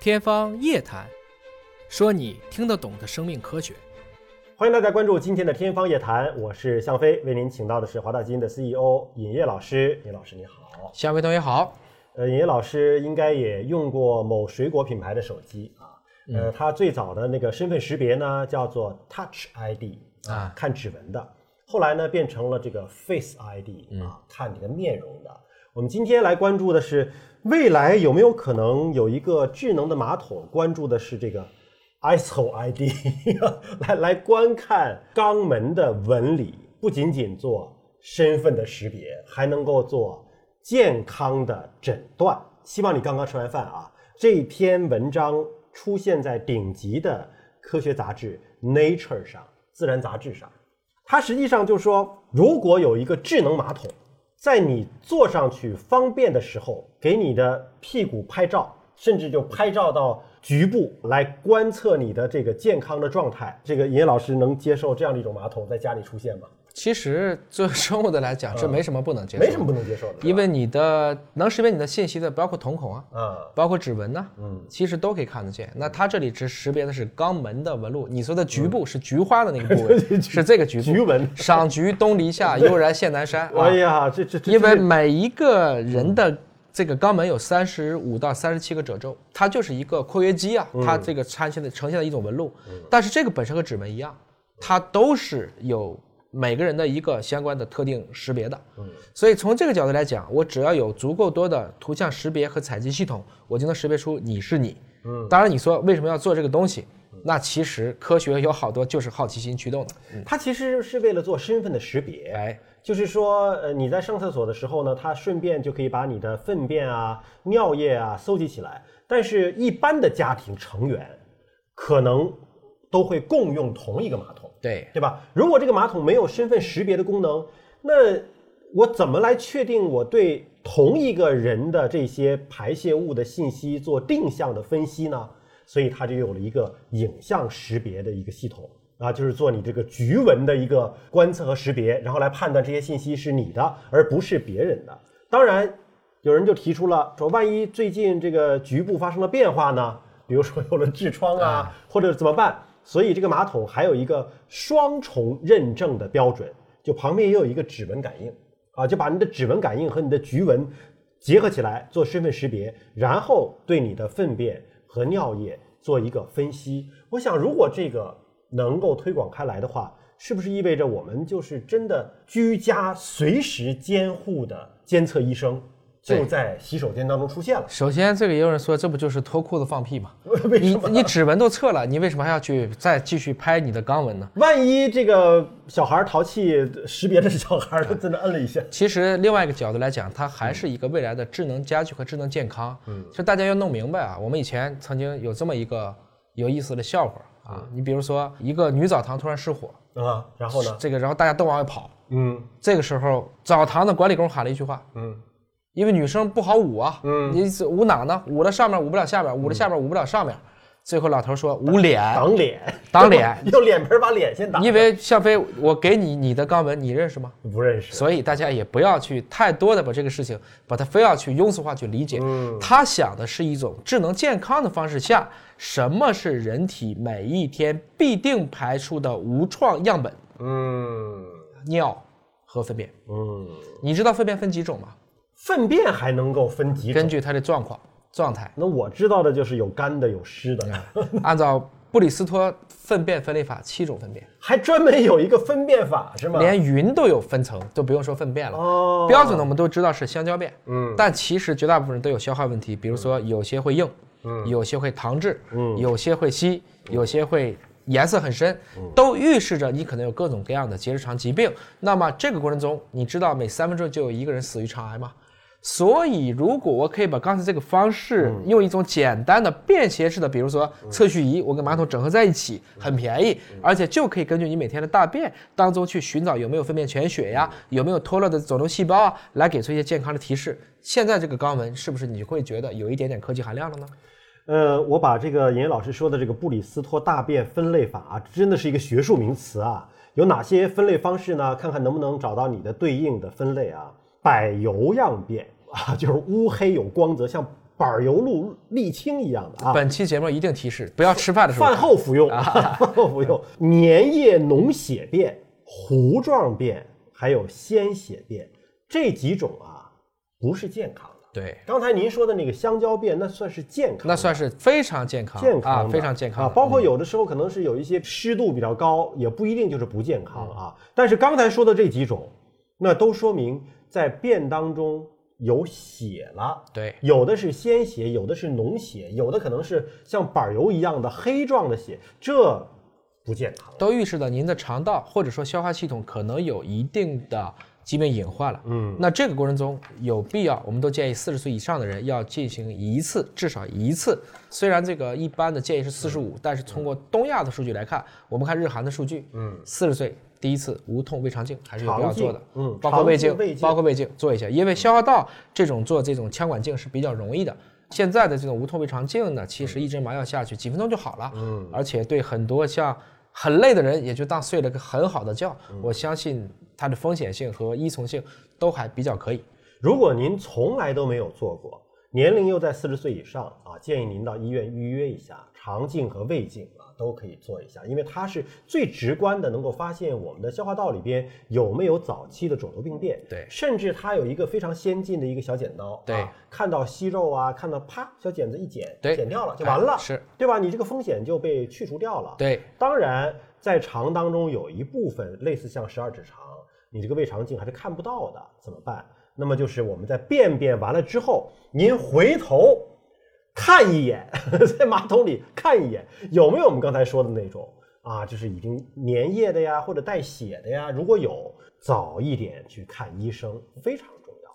天方夜谭，说你听得懂的生命科学。欢迎大家关注今天的《天方夜谭》，我是向飞，为您请到的是华大基因的 CEO 尹烨老师。尹老师你好，夏威同学好，呃，尹烨老师应该也用过某水果品牌的手机啊，呃，它最早的那个身份识别呢叫做 Touch ID 啊啊，看指纹的，后来呢变成了这个 Face ID 啊，看你的面容的。我们今天来关注的是未来有没有可能有一个智能的马桶，关注的是这个 ISO ID，来来观看肛门的纹理，不仅仅做身份的识别，还能够做健康的诊断。希望你刚刚吃完饭啊，这篇文章出现在顶级的科学杂志《Nature》上，《自然》杂志上。它实际上就是说，如果有一个智能马桶，在你坐上去方便的时候，给你的屁股拍照，甚至就拍照到局部来观测你的这个健康的状态。这个尹烨老师能接受这样的一种马桶在家里出现吗？其实做生物的来 讲，这没什么不能接受，没什么，不能接受的，因为你的能识别你的信息的，包括瞳孔啊，啊，包括指纹呐、嗯，其实都可以看得见。那它这里只识别的是肛门的纹路，你说的局嗯部是菊花的那个部 位，是这个局局部。纹。赏菊东篱下，悠然见南山。啊哎呀，这这这，因为每一个人的这个肛门有三十五到三十七个褶皱，它就是一个括约肌啊，它这个呈现的呈现的一种纹路。但是这个本身和指纹一样，它都是有每个人的一个相关的特定识别的。所以从这个角度来讲，我只要有足够多的图像识别和采集系统，我就能识别出你是你。嗯，当然你说为什么要做这个东西？那其实科学有好多就是好奇心驱动的。它其实是为了做身份的识别。哎，就是说，呃，你在上厕所的时候呢，它顺便就可以把你的粪便啊、尿液啊搜集起来。但是，一般的家庭成员可能都会共用同一个马桶，对，对吧？如果这个马桶没有身份识别的功能，那我怎么来确定我对同一个人的这些排泄物的信息做定向的分析呢？所以它就有了一个影像识别的一个系统啊，就是做你这个局纹的一个观测和识别，然后来判断这些信息是你的，而不是别人的。当然，有人就提出了说，万一最近这个局部发生了变化呢？比如说有了痔疮啊，或者怎么办？所以这个马桶还有一个啊双重认证的标准，就旁边也有一个指纹感应啊，就把你的指纹感应和你的局纹结合起来做身份识别，然后对你的粪便和尿液做一个分析。我想，如果这个能够推广开来的话，是不是意味着我们就是真的居家随时监护的监测医生就在洗手间当中出现了？首先，这个也有人说，这不就是脱裤子放屁 吗？你你指纹都测了，你为什么还要去再继续拍你的肛纹呢？万一这个小孩淘气识别的是小孩，他真的摁了一下，其实，另外一个角度来讲，它还是一个未来的智能家居和智能健康。嗯，其实大家要弄明白啊，我们以前曾经有这么一个有意思的笑话啊，你比如说一个女澡堂突然失火，啊，然后呢？这个然后大家都往外跑，嗯这个时候澡堂的管理工喊了一句话，嗯，因为女生不好捂啊，嗯，你是捂哪呢？捂了上面捂不了下面，捂了下面捂不了上面。最后老头说捂脸，挡脸，挡脸 用脸盆把脸先挡。因为向飞，我给你你的肛门，你认识吗？不认识，所以大家也不要去太多的把这个事情，把它非要去庸俗化去理解。嗯他想的是一种智能健康的方式下，什么是人体每一天必定排出的无创样本？嗯尿和粪便。嗯，你知道粪便分几种吗？粪便还能够分几种根？据它的状况状态，那我知道的就是有干的，有湿的，按照布里斯托粪便分类法七种粪便， 还专门有一个分辨法是吗？连云都有分层，都不用说粪便了。哦，标准的我们都知道是香蕉便，嗯，但其实绝大部分人都有消化问题，比如说有些会硬，嗯，有些会糖质，嗯，有些会稀，嗯有些会颜色很深，都预示着你可能有各种各样的结直肠疾病。那么这个过程中，你知道每三分钟就有一个人死于肠癌吗？所以，如果我可以把刚才这个方式嗯用一种简单的、便携式的，比如说测序仪，我跟马桶整合在一起，嗯很便宜，而且就可以根据你每天的大便当中去寻找有没有粪便全血呀，嗯有没有脱落的肿瘤细胞啊，来给出一些健康的提示。现在这个肛门是不是你会觉得有一点点科技含量了呢？呃，我把这个尹老师说的这个布里斯托大便分类法啊，真的是一个学术名词啊。有哪些分类方式呢？看看能不能找到你的对应的分类啊。柏油样便啊，就是乌黑有光泽，像板油路沥青一样的啊。本期节目一定提示，不要吃饭的时候饭后服用，饭后服用。粘液脓血便、糊状便，还有鲜血便这几种啊，不是健康的。对，刚才您说的那个香蕉便，那算是健康的，那算是非常健康，健康啊，的非常健康啊。的包括有的时候可能是有一些湿度比较高，也不一定就是不健康嗯啊。但是刚才说的这几种，那都说明在便当中有血了。对有的是鲜血，有的是脓血，有的可能是像板油一样的黑状的血，这不健康。都预示着您的肠道或者说消化系统可能有一定的疾病隐患了。嗯，那这个过程中有必要，我们都建议四十岁以上的人要进行一次，至少一次。虽然这个一般的建议是四十嗯五，但是通过东亚的数据来看，我们看日韩的数据，嗯，四十岁。第一次无痛胃肠镜还是有必要做的，肠镜嗯包括胃肠镜镜胃，镜包括胃镜做一下，因为消化道这种做这种腔管镜是比较容易的。现在的这种无痛胃肠镜呢，其嗯实一针麻药下去几分钟就好了，嗯，而且对很多像很累的人，也就当睡了个很好的觉。嗯我相信它的风险性和依从性都还比较可以。如果您从来都没有做过，年龄又在四十岁以上啊，建议您到医院预约一下肠镜和胃镜啊，都可以做一下，因为它是最直观的，能够发现我们的消化道里边有没有早期的肿瘤病变。对甚至它有一个非常先进的一个小剪刀，对啊，看到息肉啊，看到啪，小剪子一剪，对剪掉了就完了，哎是对吧？你这个风险就被去除掉了。对，当然，在肠当中有一部分类似像十二指肠，你这个胃肠镜还是看不到的，怎么办？那么就是我们在便便完了之后，您回头看一眼， 在马桶里看一眼，有没有我们刚才说的那种啊，就是已经粘液的呀，或者带血的呀？如果有，早一点去看医生非常重要。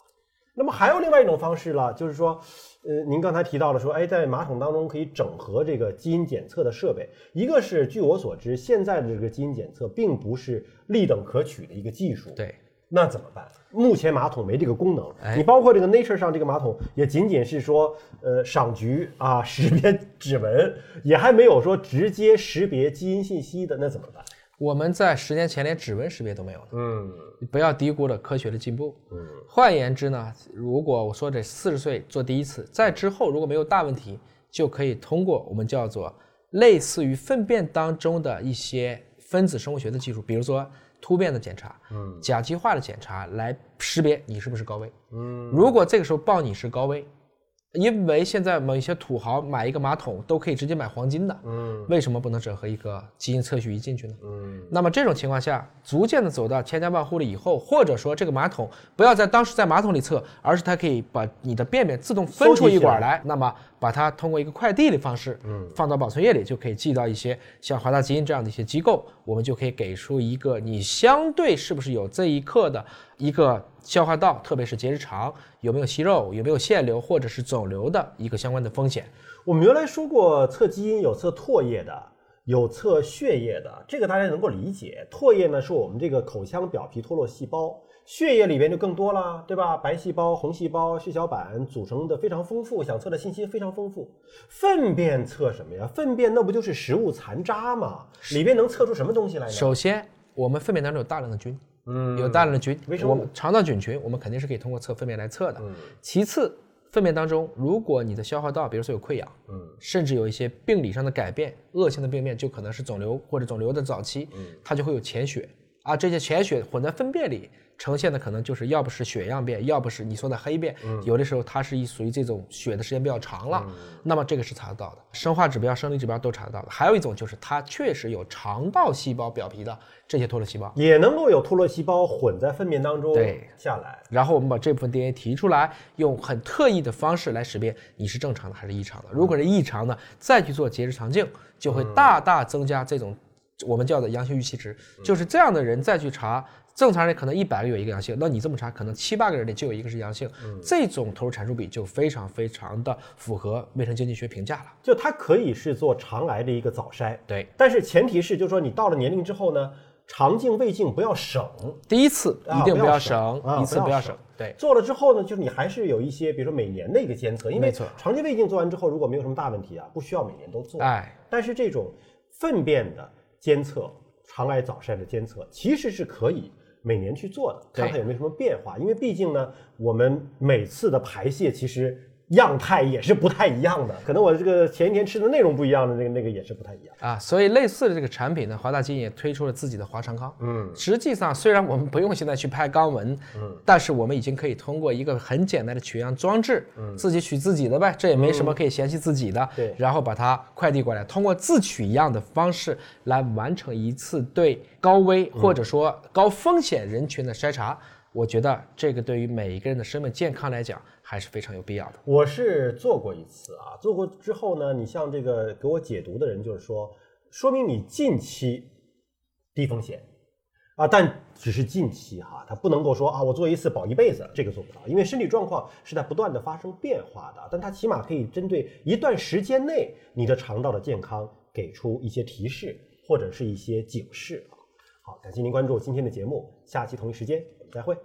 那么还有另外一种方式了，就是说，呃，您刚才提到了说，哎，在马桶当中可以整合这个基因检测的设备。一个是，据我所知，现在的这个基因检测并不是立等可取的一个技术。，对，那怎么办？目前马桶没这个功能。哎你包括这个 Nature 上这个马桶，也仅仅是说，呃，赏菊啊，识别指纹，也还没有说直接识别基因信息的，那怎么办？我们在十年前连指纹识别都没有呢。嗯，你不要低估了科学的进步。嗯，换言之呢，如果我说这四十岁做第一次，在之后如果没有大问题，就可以通过我们叫做类似于粪便当中的一些分子生物学的技术，比如说突变的检查，嗯，甲基化的检查来识别你是不是高危。嗯，如果这个时候报你是高危，因为现在某一些土豪买一个马桶都可以直接买黄金的，嗯，为什么不能整合一个基因测序仪进去呢？嗯，那么这种情况下，逐渐的走到千家万户了以后，或者说这个马桶不要在当时在马桶里测，而是它可以把你的便便自动分出一管来，那么把它通过一个快递的方式，嗯，放到保存液里就可以寄到一些像华大基因这样的一些机构，我们就可以给出一个你相对是不是有这一刻的一个消化道，特别是结直肠有没有息肉、有没有腺瘤或者是肿瘤的一个相关的风险。我们原来说过，测基因有测唾液的，有测血液的，这个大家能够理解。唾液呢是我们这个口腔表皮脱落细胞，血液里边就更多了，对吧？白细胞、红细胞、血小板组成的非常丰富，想测的信息非常丰富。粪便测什么呀？粪便那不就是食物残渣吗？里边能测出什么东西来呢？首先，我们粪便当中有大量的菌，嗯，有大量的菌微，生物我们肠道菌群，我们肯定是可以通过测粪便来测的。其次，粪便当中，如果你的消化道，比如说有溃疡，嗯，甚至有一些病理上的改变，恶性的病变就可能是肿瘤或者肿瘤的早期，嗯，它就会有潜血啊，这些潜血混在粪便里。呈现的可能就是要不是血样变，要不是你说的黑变，有的时候它是一属于这种血的时间比较长了，那么这个是查得到的，生化指标、生理指标都查得到的。还有一种就是它确实有肠道细胞表皮的这些脱落细胞，也能够有脱落细胞混在粪便当中对下来。然后我们把这部分 DNA 提出来，用很特异的方式来识别你是正常的还是异常的。如果是异常的，再去做结直肠镜，就会大大增加这种我们叫的阳性预期值。嗯就是这样的人再去查，正常人可能一百个有一个阳性，那你这么查，可能七八个人里就有一个是阳性。嗯这种投入产出比就非常非常的符合卫生经济学评价了。就它可以是做肠癌的一个早筛，对，但是前提是，就是说你到了年龄之后呢，肠镜、胃镜不要省，第一次啊一定不不要要省省，啊一次不要不要省省。对，做了之后呢，就是你还是有一些，比如说每年的一个监测，因为没错肠镜、胃镜做完之后，如果没有什么大问题啊，不需要每年都做。哎，但是这种粪便的监测、肠癌早筛的监测，其实是可以每年去做的，对看看有没有什么变化。因为毕竟呢，我们每次的排泄其实样态也是不太一样的，可能我这个前一天吃的内容不一样的，那个那个也是不太一样。啊，所以类似的这个产品呢，华大基因也推出了自己的华长康。嗯，实际上虽然我们不用现在去拍肛门，嗯，但是我们已经可以通过一个很简单的取样装置，嗯，自己取自己的呗，这也没什么可以嫌弃自己的。对然后把它快递过来，通过自取一样的方式来完成一次对高危或者说高风险人群的筛查。我觉得这个对于每一个人的生命健康来讲还是非常有必要的。我是做过一次啊，做过之后呢，你像这个给我解读的人就是说，说明你近期低风险啊，但只是近期哈、他不能够说啊，我做一次保一辈子，这个做不到，因为身体状况是在不断的发生变化的，但它起码可以针对一段时间内你的肠道的健康给出一些提示或者是一些警示啊。好，感谢您关注今天的节目，下期同一时间我们再会。